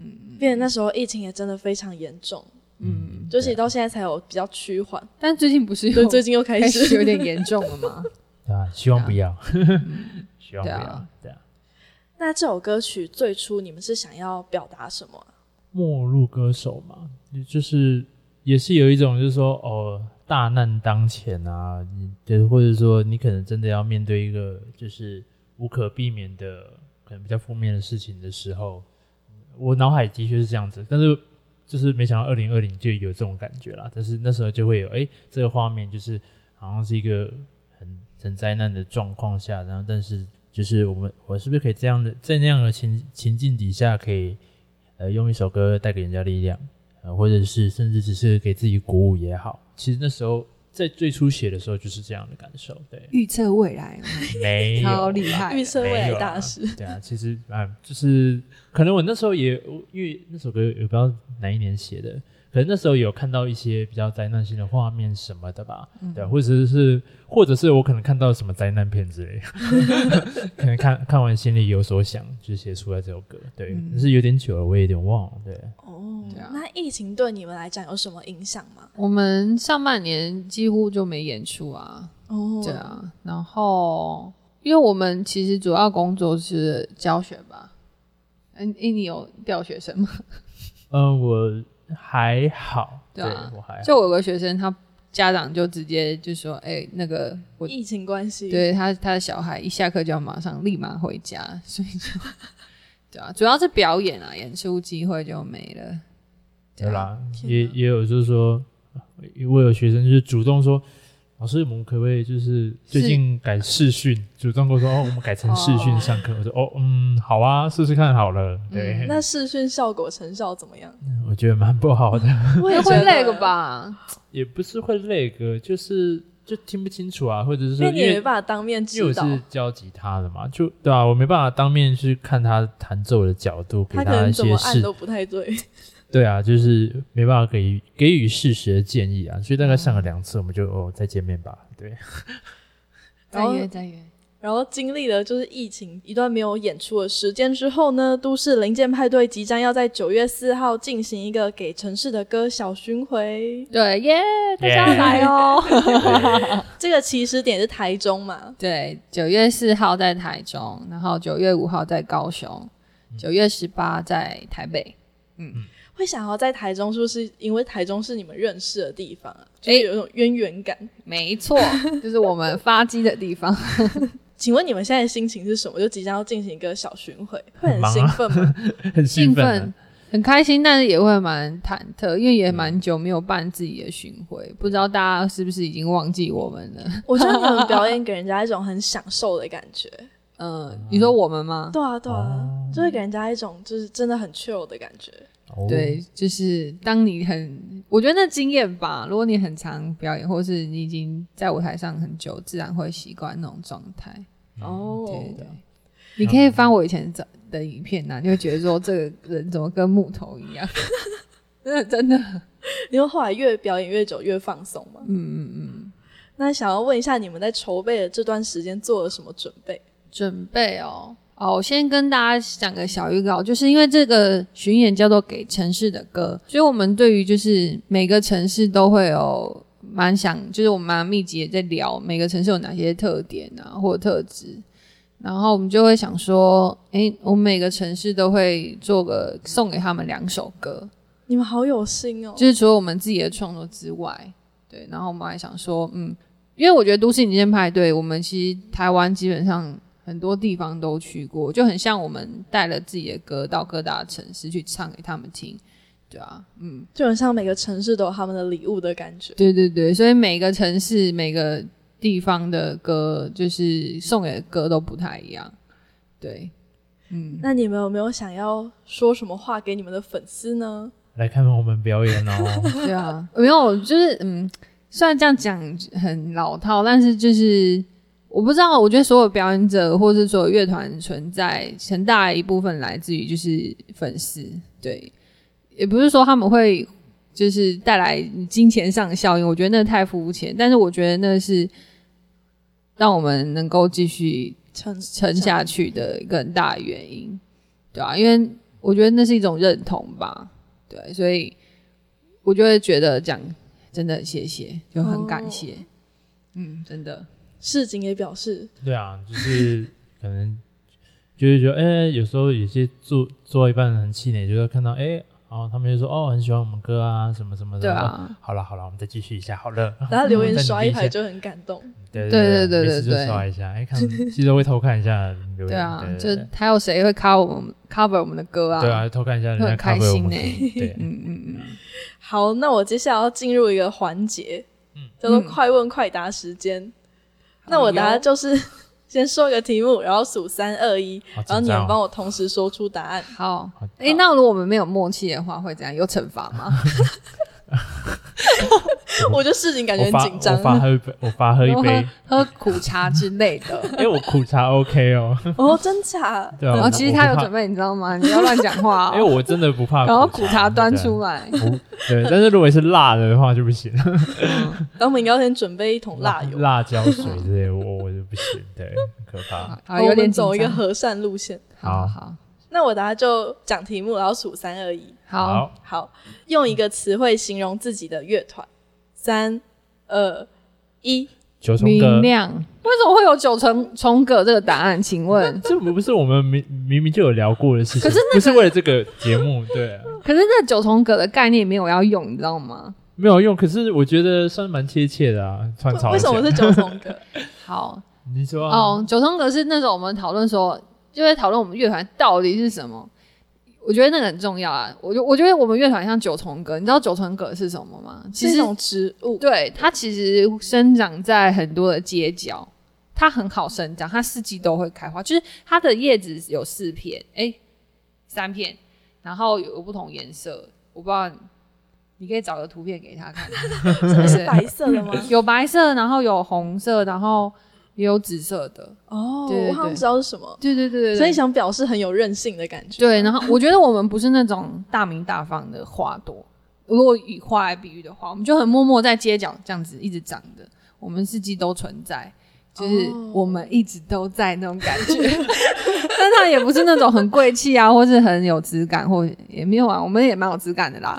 Speaker 1: 并且那时候疫情也真的非常严重，
Speaker 3: 嗯，
Speaker 1: 就是到现在才有比较趋缓，
Speaker 3: 但最近不是
Speaker 1: 所以
Speaker 3: 又
Speaker 1: 最近又开
Speaker 3: 开始有
Speaker 1: 始。
Speaker 3: 点严重了吗？
Speaker 2: 对啊，希望不要，
Speaker 1: 嗯
Speaker 2: 希望不
Speaker 3: 对
Speaker 2: 要
Speaker 3: 啊。，
Speaker 2: 对啊，
Speaker 1: 那这首歌曲最初你们是想要表达什么啊？
Speaker 2: 末路歌手嘛，也就是也是有一种就是说哦，大难当前啊，你就是或者说你可能真的要面对一个就是无可避免的可能比较负面的事情的时候，我脑海的确是这样子，但是就是没想到二零二零就有这种感觉啦。但是那时候就会有哎、诶这个画面就是好像是一个很很灾难的状况下，然后但是就是我们我是不是可以这样的在那样的情情境底下，可以呃用一首歌带给人家力量，呃或者是甚至只是给自己鼓舞也好。其实那时候在最初写的时候就是这样的感受，对
Speaker 3: 预测未来，
Speaker 2: 没有
Speaker 3: 超厉害
Speaker 1: 预测未
Speaker 2: 没
Speaker 1: 来
Speaker 2: 有
Speaker 1: 大
Speaker 2: 啦
Speaker 1: 师，
Speaker 2: 对啊，其实啊、就是可能我那时候也我因为那首歌也不知道哪一年写的，可能那时候有看到一些比较灾难性的画面什么的吧，
Speaker 3: 嗯
Speaker 2: 对啊、或者是或者是我可能看到什么灾难片之类 的，可能看看完心里有所想，就写出来这首歌。对，
Speaker 3: 嗯
Speaker 2: 但是有点久了，我也有点忘了。对，
Speaker 1: 哦
Speaker 3: 对啊，
Speaker 1: 那疫情对你们来讲有什么影响吗？
Speaker 3: 我们上半年几乎就没演出啊，
Speaker 1: 哦
Speaker 3: 对，啊，然后因为我们其实主要工作是教学吧，嗯，诶你有调学生吗？
Speaker 2: 嗯、我还好，
Speaker 3: 对啊
Speaker 2: 我还好。
Speaker 3: 就我有个学生，他家长就直接就说，哎、那个我
Speaker 1: 疫情关系，，
Speaker 3: 对他他的小孩一下课就要马上立马回家，所以就 对啊，主要是表演啊，演出机会就没了，对
Speaker 2: 有
Speaker 3: 啊，
Speaker 2: 啦，
Speaker 1: 天
Speaker 2: 也
Speaker 1: 哪
Speaker 2: 也有就是说，我有学生就是主动说，老师我们可不可以就是最近改视讯，主动跟我说哦，我们改成视讯上课。我说哦，嗯，好啊，试试看好了。对，
Speaker 1: 嗯那视讯效果成效怎么 样？
Speaker 2: 我觉得蛮不好 的，
Speaker 1: 我
Speaker 3: 也
Speaker 1: 也
Speaker 3: 会累
Speaker 1: 累
Speaker 3: 个
Speaker 1: 个？
Speaker 3: 吧？
Speaker 2: 也不是会那个，就是就听不清楚啊，或者是
Speaker 1: 因
Speaker 2: 说
Speaker 1: 为
Speaker 2: 因
Speaker 1: 你也没
Speaker 2: 为
Speaker 1: 办法啊当面
Speaker 2: 因为
Speaker 1: 指
Speaker 2: 我
Speaker 1: 导，
Speaker 2: 是教吉他的嘛，就对啊，我没办法当面去看他弹奏的角度，给
Speaker 1: 他可能
Speaker 2: 一
Speaker 1: 怎么
Speaker 2: 些
Speaker 1: 按
Speaker 2: 视
Speaker 1: 都不太对。
Speaker 2: 对啊，就是没办法给予给予适时的建议啊，所以大概上了两次，我们就哦再见面吧。对，
Speaker 1: 然后
Speaker 3: 再约。
Speaker 1: 然后经历了就是疫情一段没有演出的时间之后呢，都市零件派对即将要在九月四号进行一个给城市的歌小巡回。
Speaker 3: 对耶，大家
Speaker 2: Yeah
Speaker 3: 来哦！
Speaker 1: 这个起始点是台中嘛？
Speaker 3: 对，九月四号在台中，然后九月五号在高雄，九月十八在台北。
Speaker 1: 会想要在台中，是不是因为台中是你们认识的地方啊？就
Speaker 3: 诶
Speaker 1: 是有一种渊源感。
Speaker 3: 没错，就是我们发机的地 方。
Speaker 1: 请问你们现在的心情是什么？就即将要进行一个小巡回，会
Speaker 2: 很
Speaker 1: 很
Speaker 2: 忙啊
Speaker 1: 兴奋吗？
Speaker 2: 很兴奋啊、
Speaker 3: 奋，嗯很开心，但是也会蛮忐忑，因为也蛮久没有办自己的巡回，不知道大家是不是已经忘记我们了？
Speaker 1: 我觉得你们表 演给人家一种很享受的感觉。
Speaker 3: 嗯，你说我们吗？
Speaker 1: 对啊，对啊
Speaker 2: 哦，
Speaker 1: 就会给人家一种就是真的很 chill 的感觉。
Speaker 2: 哦
Speaker 3: 对，就是当你很，我觉得那经验吧，如果你很常表演，或是你已经在舞台上很久，自然会习惯那种状态。
Speaker 1: 哦
Speaker 3: 嗯对对，你可以翻我以前的的影片呐、你会觉得说这个人怎么跟木头一样， 真的真的，
Speaker 1: 因为后来越表演越久越放松嘛。
Speaker 3: 嗯嗯嗯。
Speaker 1: 那想要问一下，你们在筹备的这段时间做了什么准备？
Speaker 3: 准备哦，哦，我先跟大家讲个小预告，就是因为这个巡演叫做《给城市的歌》，所以我们对于就是每个城市都会有蛮想，就是我们蛮密集的在聊每个城市有哪些特点啊或特质。然后我们就会想说，诶，我们每个城市都会做个送给他们两首歌，
Speaker 1: 你们好有心哦！
Speaker 3: 就是除了我们自己的创作之外，对，然后我们还想说，嗯，因为我觉得都市民间派对，我们其实台湾基本上很多地方都去过，就很像我们带了自己的歌到各大城市去唱给他们听，对啊，嗯，
Speaker 1: 就很像每个城市都有他们的礼物的感觉。
Speaker 3: 对对对，所以每个城市每个地方的歌，就是送给的歌都不太一样，对，嗯，
Speaker 1: 那你们有没有想要说什么话给你们的粉丝呢？
Speaker 2: 来看我们表演 哦。
Speaker 3: 对啊，没有，就是嗯，虽然这样讲很老套，但是就是我不知道，我觉得所有表演者或是所有乐团存在，很大一部分来自于就是粉丝，对，也不是说他们会就是带来金钱上的效应，我觉得那太肤浅，但是我觉得那是让我们能够继续
Speaker 1: 撑
Speaker 3: 撑下去的一个很大的原因，对啊，因为我觉得那是一种认同吧，对，所以我就会觉得讲真的很谢谢，就很感谢，
Speaker 1: 哦
Speaker 3: 嗯，真的，
Speaker 1: 市井也表示，
Speaker 2: 对啊，就是可能就是觉得，哎、有时候有些做做到一半很气馁，就是看到，哎、然后他们就说，哦，很喜欢我们歌啊，什么什么的。
Speaker 3: 对啊，
Speaker 2: 好了好了，我们再继续一下，好了。
Speaker 1: 大家留言
Speaker 3: 嗯
Speaker 2: 再努力
Speaker 1: 刷一
Speaker 2: 下
Speaker 1: 排就很感动。
Speaker 2: 对
Speaker 3: 对
Speaker 2: 对
Speaker 3: 对
Speaker 2: 没
Speaker 3: 对
Speaker 2: 事就
Speaker 3: 对
Speaker 2: 刷一下，哎、看记得会偷看一下留言。
Speaker 3: 对啊，
Speaker 2: 对
Speaker 3: 就还有谁会 cover 我们 cover 我们的歌啊？
Speaker 2: 对啊，偷看一下人
Speaker 3: 会
Speaker 2: 家
Speaker 3: 很开
Speaker 2: cover 我
Speaker 3: 心
Speaker 2: 们
Speaker 3: 呢、
Speaker 2: 对，
Speaker 3: 嗯嗯嗯，
Speaker 1: 好，那我接下来要进入一个环节，叫做
Speaker 3: 嗯
Speaker 1: 快问快答时间。那我答
Speaker 3: 好
Speaker 1: 的
Speaker 3: 哟
Speaker 1: 就是 先说一个题目，然后数三二一，
Speaker 2: 好
Speaker 1: 然后
Speaker 2: 紧
Speaker 1: 你
Speaker 2: 张、
Speaker 1: 们帮
Speaker 2: 哦。
Speaker 1: 我同时说出答案。
Speaker 3: 好
Speaker 2: 好，
Speaker 3: 哎、那如果我们没有默契的话，会怎样？有惩罚吗？
Speaker 1: 我就事情感觉
Speaker 2: 我发
Speaker 1: 很紧张
Speaker 2: 我。发喝一杯，我发喝一
Speaker 3: 然后
Speaker 2: 杯，
Speaker 3: 喝喝苦茶之类的。
Speaker 2: 哎、我苦茶 OK 哦。
Speaker 1: 哦，真假？
Speaker 2: 对啊，
Speaker 3: 然后哦其实他有准
Speaker 2: 备，
Speaker 3: 备，你知道吗？你不要乱讲话、哦。
Speaker 2: 因为我真的不怕。
Speaker 3: 然后苦茶端 出
Speaker 2: 来。
Speaker 3: 来，
Speaker 2: 不啊对，但是如果是辣的话就不行，
Speaker 1: 那我们应该要先准备一桶辣油，
Speaker 2: 辣椒水之类的，我我就不行，对，很可怕。
Speaker 1: 然
Speaker 3: 好
Speaker 1: 后
Speaker 3: 啊有
Speaker 1: 我们
Speaker 3: 点
Speaker 1: 走一
Speaker 3: 紧
Speaker 1: 个
Speaker 3: 张
Speaker 1: 和善路线。
Speaker 3: 好好
Speaker 1: 那我答就讲题目，然后数三二一。
Speaker 3: 好，
Speaker 1: 好，用一个词汇形容自己的乐团。三二一，
Speaker 2: 九重
Speaker 3: 明
Speaker 2: 哥，，
Speaker 3: 亮，为什么会有九重重葛这个答案？请问
Speaker 2: 这不是我们明明明就有聊过的事情，
Speaker 3: 可是
Speaker 2: 不是为了这个节目，对啊，
Speaker 3: 可是这九重葛的概念没有要用，你知道吗？
Speaker 2: 没有用。可是我觉得算蛮贴切的啊，穿
Speaker 1: 为
Speaker 2: 插
Speaker 1: 为
Speaker 2: 一下
Speaker 1: 什么是九重 歌？
Speaker 3: 好
Speaker 2: 你说啊
Speaker 3: 哦，九重葛是那种我们讨论说，就在讨论我们乐团到底是什么。我觉得那个很重要啊！我就我觉得我们乐团像九重葛，你知道九重葛是什么吗？其
Speaker 1: 是一
Speaker 3: 实
Speaker 1: 种植物，
Speaker 3: 对它其实生长在很多的街角，它很好生长，它四季都会开花。就是它的叶子有四片，哎、三片，然后有不同颜色，我不知道，你可以找个图片给他看，
Speaker 1: 真的是白色的吗？
Speaker 3: 有白色，然后有红色，然后也有紫色的。
Speaker 1: 哦，
Speaker 3: 对对
Speaker 1: 我好像
Speaker 3: 对
Speaker 1: 知道是什么，
Speaker 3: 对对对对对，
Speaker 1: 所以想表示很有韧性的感觉。
Speaker 3: 对，然后我觉得我们不是那种大名大放的花朵，如果以花来比喻的话，我们就很默默在街角这样子一直长的，我们四季都存在，就是
Speaker 1: 哦
Speaker 3: 我们一直都在那种感觉。 但它也不是那种很贵气啊，或是很有质感，或也没有啊，我们也蛮有质感的啦。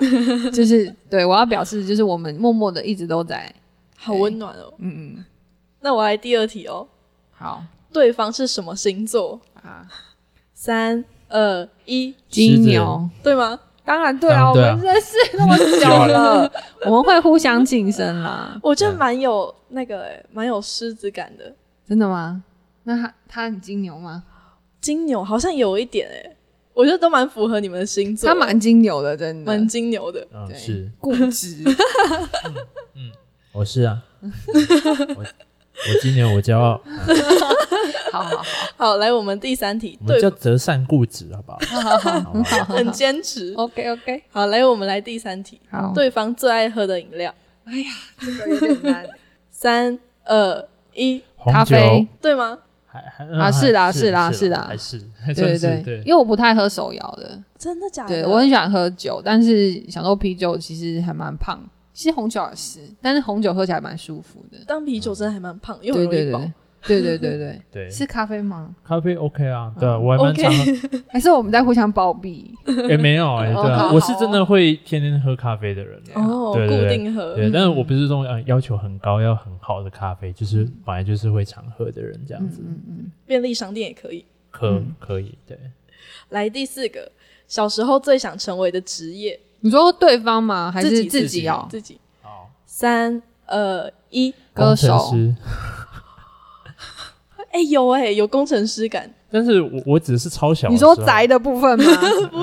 Speaker 3: 就是对我要表示，就是我们默默的一直都在，
Speaker 1: 好温暖哦。
Speaker 3: 嗯嗯，
Speaker 1: 那我来第二题哦，
Speaker 3: 好
Speaker 1: 对方是什么星座？
Speaker 3: 啊，
Speaker 1: 三二一，
Speaker 2: 狮
Speaker 3: 金
Speaker 2: 子
Speaker 3: 牛。
Speaker 1: 对吗？
Speaker 3: 当然对啊，
Speaker 2: 当然
Speaker 3: 我们
Speaker 2: 对
Speaker 3: 认识那么久了，我们会互相晋升啦。
Speaker 1: 我觉得蛮有那个、欸，蛮有狮子感的。
Speaker 3: 真的吗？那他他很金牛吗？
Speaker 1: 金牛好像有一点哎、欸，我觉得都蛮符合你们的星座，
Speaker 3: 他蛮金牛的，真的
Speaker 1: 蛮金牛的。
Speaker 2: 嗯
Speaker 3: 对
Speaker 2: 是，
Speaker 3: 固执。
Speaker 2: 我是啊，我我今年我骄傲，
Speaker 3: 好好
Speaker 1: 好，来我们第三题，
Speaker 2: 我们
Speaker 1: 对
Speaker 2: 叫，择善固执，好不好？
Speaker 3: 好好好，很好，
Speaker 1: 很坚持。
Speaker 3: OK OK，
Speaker 1: 好，来我们来第三题，
Speaker 3: 好，
Speaker 1: 对方最爱喝的饮料。
Speaker 3: 哎这个有点难。
Speaker 1: 三二一，
Speaker 2: 红
Speaker 3: 咖
Speaker 2: 酒
Speaker 3: 啡
Speaker 1: 对吗？
Speaker 2: 还还
Speaker 3: 啊是啦是啦
Speaker 2: 是
Speaker 3: 是啦
Speaker 2: 还是 还
Speaker 3: 对
Speaker 2: 算
Speaker 3: 对
Speaker 2: 是
Speaker 3: 对，
Speaker 2: 对
Speaker 3: 因。为我不太喝手摇的，
Speaker 1: 真的假的？
Speaker 3: 对我很喜欢喝酒，但是想说啤酒其实还蛮胖，其实红酒也是，但是红酒喝起来蛮舒服的。
Speaker 1: 当啤酒真的还蛮胖，又很容
Speaker 3: 对对
Speaker 1: 易
Speaker 3: 对
Speaker 1: 饱。
Speaker 3: 对对对对
Speaker 2: 对
Speaker 3: 对，，是哦咖啡吗？
Speaker 2: 咖啡 OK 啊，对啊，我还蛮
Speaker 1: OK
Speaker 2: 常喝
Speaker 3: 还是我们在互相包庇？
Speaker 2: 也、没有哎、
Speaker 3: 哦
Speaker 2: 对
Speaker 3: 好
Speaker 2: 啊，
Speaker 3: 好
Speaker 2: 我是真的会天天喝咖啡的人、啊。
Speaker 1: 哦，
Speaker 2: 对对
Speaker 1: 固
Speaker 2: 对
Speaker 1: 定喝。
Speaker 2: 对，
Speaker 3: 嗯
Speaker 2: 但是我不是这种呃要求很高、要很好的咖啡，就是本来就是会常喝的人这样
Speaker 3: 嗯
Speaker 2: 子，
Speaker 3: 嗯嗯，
Speaker 1: 便利商店也可以。
Speaker 2: 可、
Speaker 3: 嗯
Speaker 2: 可以对。
Speaker 1: 来第四个，小时候最想成为的职业，
Speaker 3: 你说对方吗？还
Speaker 1: 自
Speaker 3: 是
Speaker 1: 己
Speaker 3: 自己哦？
Speaker 1: 自己
Speaker 2: 好，
Speaker 1: 三二一，
Speaker 3: 歌手
Speaker 2: 工程师。
Speaker 1: 哎、有哎、有工程师感，
Speaker 2: 但是我我只是超小的
Speaker 3: 你
Speaker 2: 时候，
Speaker 3: 说宅的部 分吗？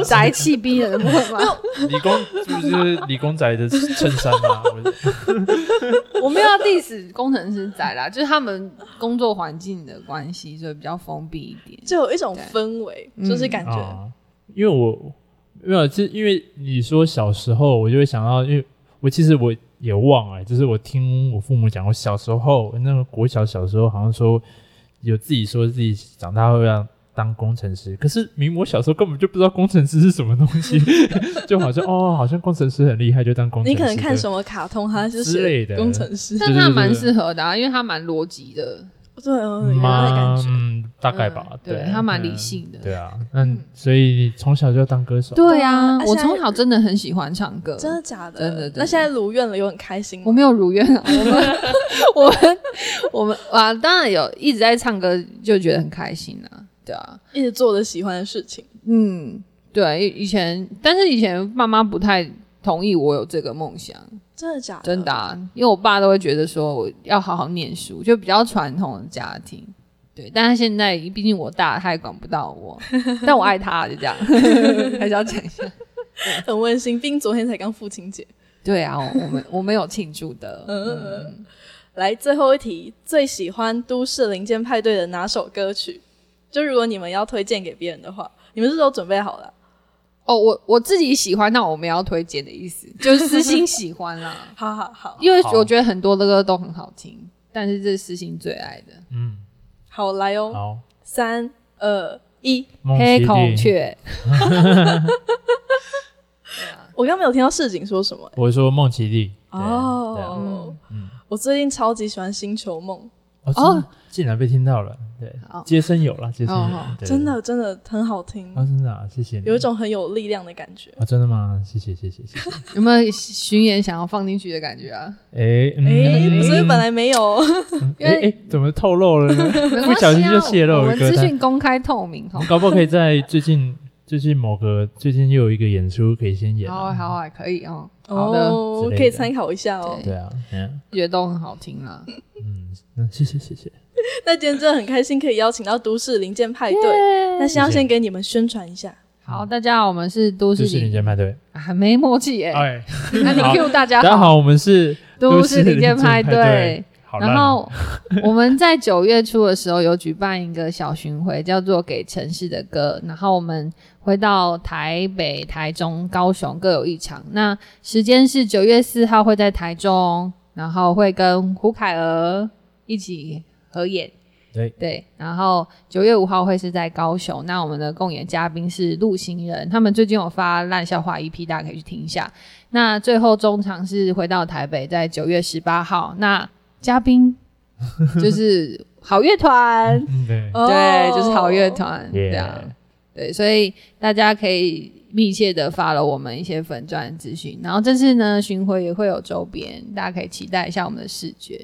Speaker 3: 宅气逼人的部分吗？
Speaker 2: 理工是不是理工宅的衬衫啊？我
Speaker 3: 我没有要 diss 工程师宅啦，就是他们工作环境的关系，所以比较封闭一点。
Speaker 1: 就有一种
Speaker 3: 对
Speaker 1: 氛围，
Speaker 3: 嗯
Speaker 1: 就是感觉、
Speaker 2: 啊，因为我没有，是因为你说小时候，我就会想到，因为我其实我也忘了，就是我听我父母讲，我小时候那个国小小时候好像说有自己说自己长大会要当工程师，可是明明我小时候根本就不知道工程师是什么东 西，就好像哦，好像工程师很厉害，就当工程
Speaker 1: 你
Speaker 2: 师。
Speaker 1: 可能看
Speaker 2: 么？
Speaker 1: 什么卡通，他就
Speaker 2: 之类
Speaker 1: 是
Speaker 2: 的
Speaker 1: 工程 师，
Speaker 3: 但他蛮适合的、啊，因为他蛮逻辑的，
Speaker 1: 对，哦有那
Speaker 2: 妈
Speaker 1: 感觉。
Speaker 2: 嗯，大概吧，
Speaker 3: 嗯
Speaker 2: 对
Speaker 3: 对他蛮理性的
Speaker 2: 嗯对啊，嗯，所以你从小就要当歌手，
Speaker 3: 对啊
Speaker 1: 啊，
Speaker 3: 我
Speaker 1: 现在
Speaker 3: 从小真的很喜欢唱歌，
Speaker 1: 真的假的？
Speaker 3: 真的真的
Speaker 1: 那现在如愿了，有很开心吗
Speaker 3: 我没有如愿啊，我们 我们我们啊，当然有一直在唱歌，就觉得很开心啊，对啊，
Speaker 1: 一直做着喜欢的事情。
Speaker 3: 嗯，对，以以前，但是以前妈妈不太同意我有这个梦想，
Speaker 1: 真的假的？
Speaker 3: 真的、啊，因为我爸都会觉得说我要好好念书，就比较传统的家庭。对，但是现在毕竟我大，他也管不 到我，但我爱他，就这样，还是要讲一下。
Speaker 1: 很温馨。毕竟昨天才刚父亲节。
Speaker 3: 对啊，我我们我们有庆祝的，嗯，
Speaker 1: 来，最后一题，最喜欢都市零件派对的哪首歌曲？就如果你们要推荐给别人的话，你们是都准备好了？，
Speaker 3: 哦，我我自己喜欢，那我们要推荐的意思就是私心喜欢啦
Speaker 1: 好好好，
Speaker 3: 因为
Speaker 2: 好
Speaker 3: 我觉得很多的歌都很好听，但是这是私心最爱的
Speaker 2: 嗯，
Speaker 1: 好来哦，
Speaker 2: 好，
Speaker 1: 三二一。
Speaker 2: 梦
Speaker 3: 《
Speaker 2: 溪
Speaker 3: 黑
Speaker 2: 地
Speaker 3: 孔，雀》
Speaker 1: 我刚没有听到市井说什么、
Speaker 2: 我说梦奇地，对对啊
Speaker 1: 哦。
Speaker 2: 嗯，
Speaker 1: 我最近超级喜欢《星球梦
Speaker 2: 哦，真的竟然被听到了，对
Speaker 3: 好，
Speaker 2: 接生有了，接生有
Speaker 3: 哦，
Speaker 2: 对》，
Speaker 1: 真，的真的很好听，
Speaker 2: 对哦，真的啊，谢谢你，
Speaker 1: 有一种很有力量的感觉。
Speaker 2: 啊，真的吗？谢谢，谢谢，谢谢，
Speaker 3: 有没有巡演想要放进去的感 觉啊？
Speaker 2: 哎，嗯
Speaker 1: 哎、不是本来没有，
Speaker 2: 哎哎，怎么透露了呢？
Speaker 3: 没
Speaker 2: 不
Speaker 3: 关
Speaker 2: 小心
Speaker 3: 系啊，
Speaker 2: 就泄露
Speaker 3: 我
Speaker 2: 了
Speaker 3: 们
Speaker 2: 歌
Speaker 3: 资
Speaker 2: 单
Speaker 3: 讯公开透明， 好吗，
Speaker 2: 搞不好可以在最近最近某个最近又有一个演出可以先演
Speaker 3: 好
Speaker 2: 啊，
Speaker 3: 啊，好啊，可以哦，好的，
Speaker 1: 哦
Speaker 2: 之，类
Speaker 1: 可以
Speaker 2: 的
Speaker 1: 参考一下哦。
Speaker 2: 对啊，嗯
Speaker 3: 觉得都很好听啊啦。
Speaker 2: 嗯，那谢谢，谢谢。
Speaker 1: 那今天真的很开心，可以邀请到都市零件派对。那先要先给你们宣传一下，
Speaker 3: 好，大家好，我们是都
Speaker 2: 就
Speaker 3: 市
Speaker 2: 是领
Speaker 3: 里
Speaker 2: 先派对。
Speaker 3: 啊，没默契耶，
Speaker 2: 哎，
Speaker 3: 那你
Speaker 2: 好
Speaker 3: Q 大家
Speaker 2: 大家好，我们是
Speaker 3: 都市里
Speaker 2: 间
Speaker 3: 间派对
Speaker 2: 对。。好烂哦
Speaker 3: 然后我们在九月初的时候有举办一个小巡回，叫做《给城市的歌》，然后我们会到台北、台中、高雄各有一场。那时间是九月四号会在台中，然后会跟胡凯儿一起合演。
Speaker 2: 对
Speaker 3: 对，然后九月五号会是在高雄，那我们的共演嘉宾是陆行人，他们最近有发烂笑话 EP，大家可以去听一下。那最后中场是回到台北，在九月十八号，那嘉宾 就是好乐团，
Speaker 2: 嗯对，
Speaker 3: 对，
Speaker 1: 哦
Speaker 3: 就是好乐。团，
Speaker 2: Yeah
Speaker 3: 对啊，对，所以大家可以密切的发了我们一些粉钻资讯，然后这次呢巡回也会有周边，大家可以期待一下我们的视觉，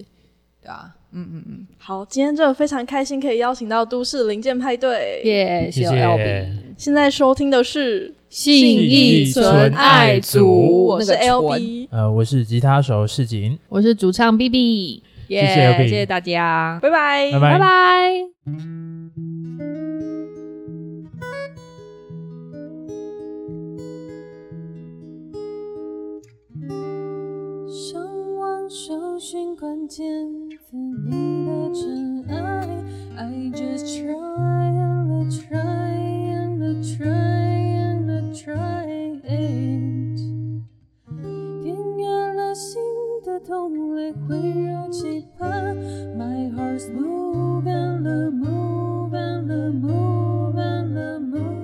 Speaker 3: 对啊，嗯嗯嗯，
Speaker 1: 好，今天真的非常开心，可以邀请到都市零件派对。
Speaker 3: 耶，谢
Speaker 2: 谢
Speaker 3: 谢
Speaker 2: 谢
Speaker 3: L B。
Speaker 1: 现在收听的是，
Speaker 3: 信义纯爱
Speaker 2: 哦
Speaker 3: 组，
Speaker 1: 我是
Speaker 3: 那个纯
Speaker 1: LB，
Speaker 2: 呃，我是吉他手世锦，
Speaker 3: 我是主唱 B B，耶
Speaker 2: 谢谢 LB
Speaker 3: 谢谢大家，
Speaker 1: 拜拜
Speaker 2: 拜
Speaker 3: 拜拜。
Speaker 4: 上网搜寻关键字，你的尘埃。I just try and I try and I try and I try it。点燃了心的动力，温热期盼。My heart's moving the moving the moving the moving.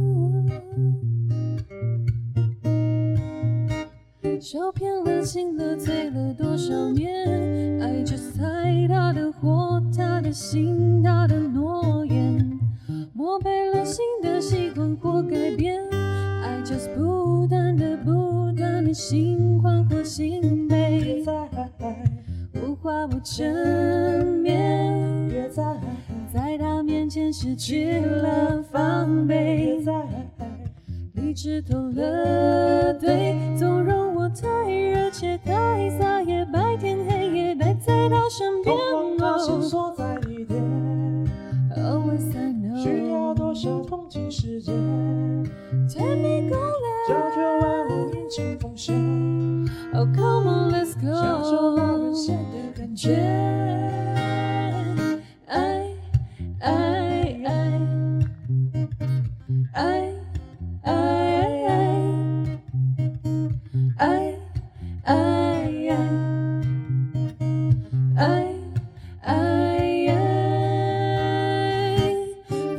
Speaker 4: Ooh. 受骗了，心了，醉了多少年？爱着猜他的火，他的心，他的诺言。磨没了心的习惯或改变，间失去了防备，理智投了队，纵容我太热切太撒野，白天黑夜待在他身边。Oh,
Speaker 5: 通往他线索在你点，
Speaker 4: Always I
Speaker 5: 需
Speaker 4: know，
Speaker 5: 要多少同情时间，
Speaker 4: 甜蜜勾
Speaker 5: 解
Speaker 4: 勒。
Speaker 5: 决万物引擎风险，
Speaker 4: Oh come on let's go，
Speaker 5: 享受那人间的感
Speaker 4: 感
Speaker 5: 觉
Speaker 4: 觉。。爱爱爱爱爱爱爱爱爱爱，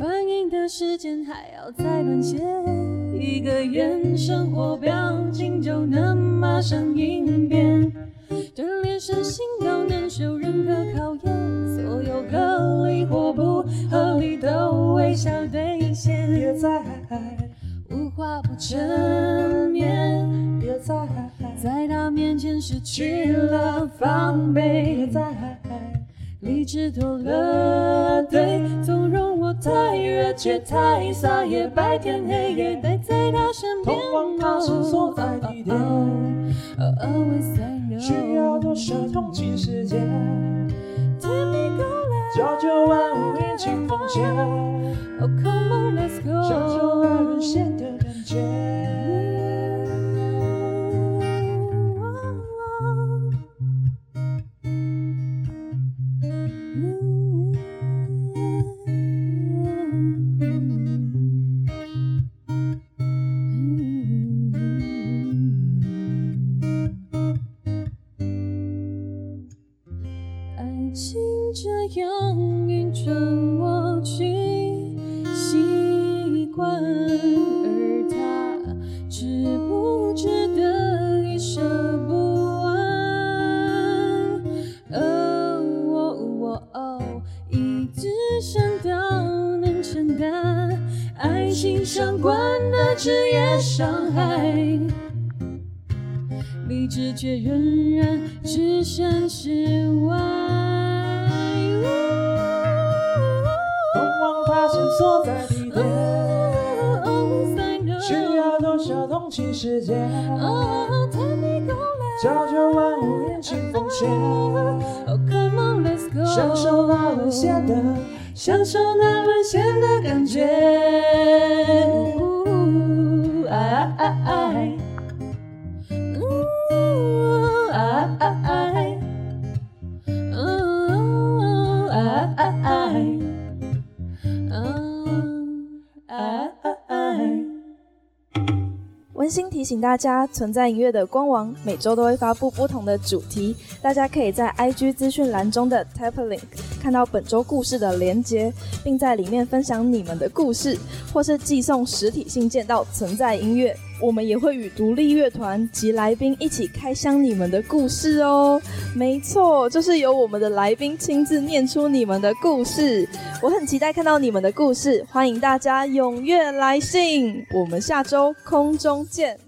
Speaker 4: 反应的时间还要再短些。一个眼神或表情就能马上应变。锻炼身心都能受任何考验，所有合理或不合理都微笑兑
Speaker 5: 别
Speaker 4: 现，
Speaker 5: 再
Speaker 4: 无话不正面，
Speaker 5: 别再
Speaker 4: 在他面前失去了防备，理智脱了队，纵容我太热切太撒野，白天黑夜待在他身边，
Speaker 5: 通往他线索在你点，
Speaker 4: Oh, always I know，
Speaker 5: 需要多少同情时间，
Speaker 4: 甜蜜勾勒。
Speaker 5: 解决万物引擎风险，
Speaker 4: Oh come on, let's go.
Speaker 5: 享受那人间的感觉。
Speaker 4: 爱情这样运转，我去习惯，而他值不值得已舍不完。哦，我我哦，一直想到能承担爱情相关的职业伤害。理智却仍然置身事外。
Speaker 5: 通往他线索在你点，
Speaker 4: Always I know，
Speaker 5: 需要多少同情时间，
Speaker 4: 哦，太没够
Speaker 5: 解
Speaker 4: 了。
Speaker 5: 决万物引擎风险，
Speaker 4: Oh come on let's go，
Speaker 5: 享受那沦陷的，
Speaker 4: 享受那沦陷的感觉。呜啊爱爱爱，呜爱爱爱，哎呜啊哎爱爱爱，嗯爱爱爱。
Speaker 1: 温馨提醒大家，存在音乐的官网每周都会发布不同的主题，大家可以在 IG 资讯栏中的 Tap Link 看到本周故事的连接，并在里面分享你们的故事，或是寄送实体信件到存在音乐。我们也会与独立乐团及来宾一起开箱你们的故事哦。没错，就是由我们的来宾亲自念出你们的故事。我很期待看到你们的故事，欢迎大家踊跃来信。我们下周空中见。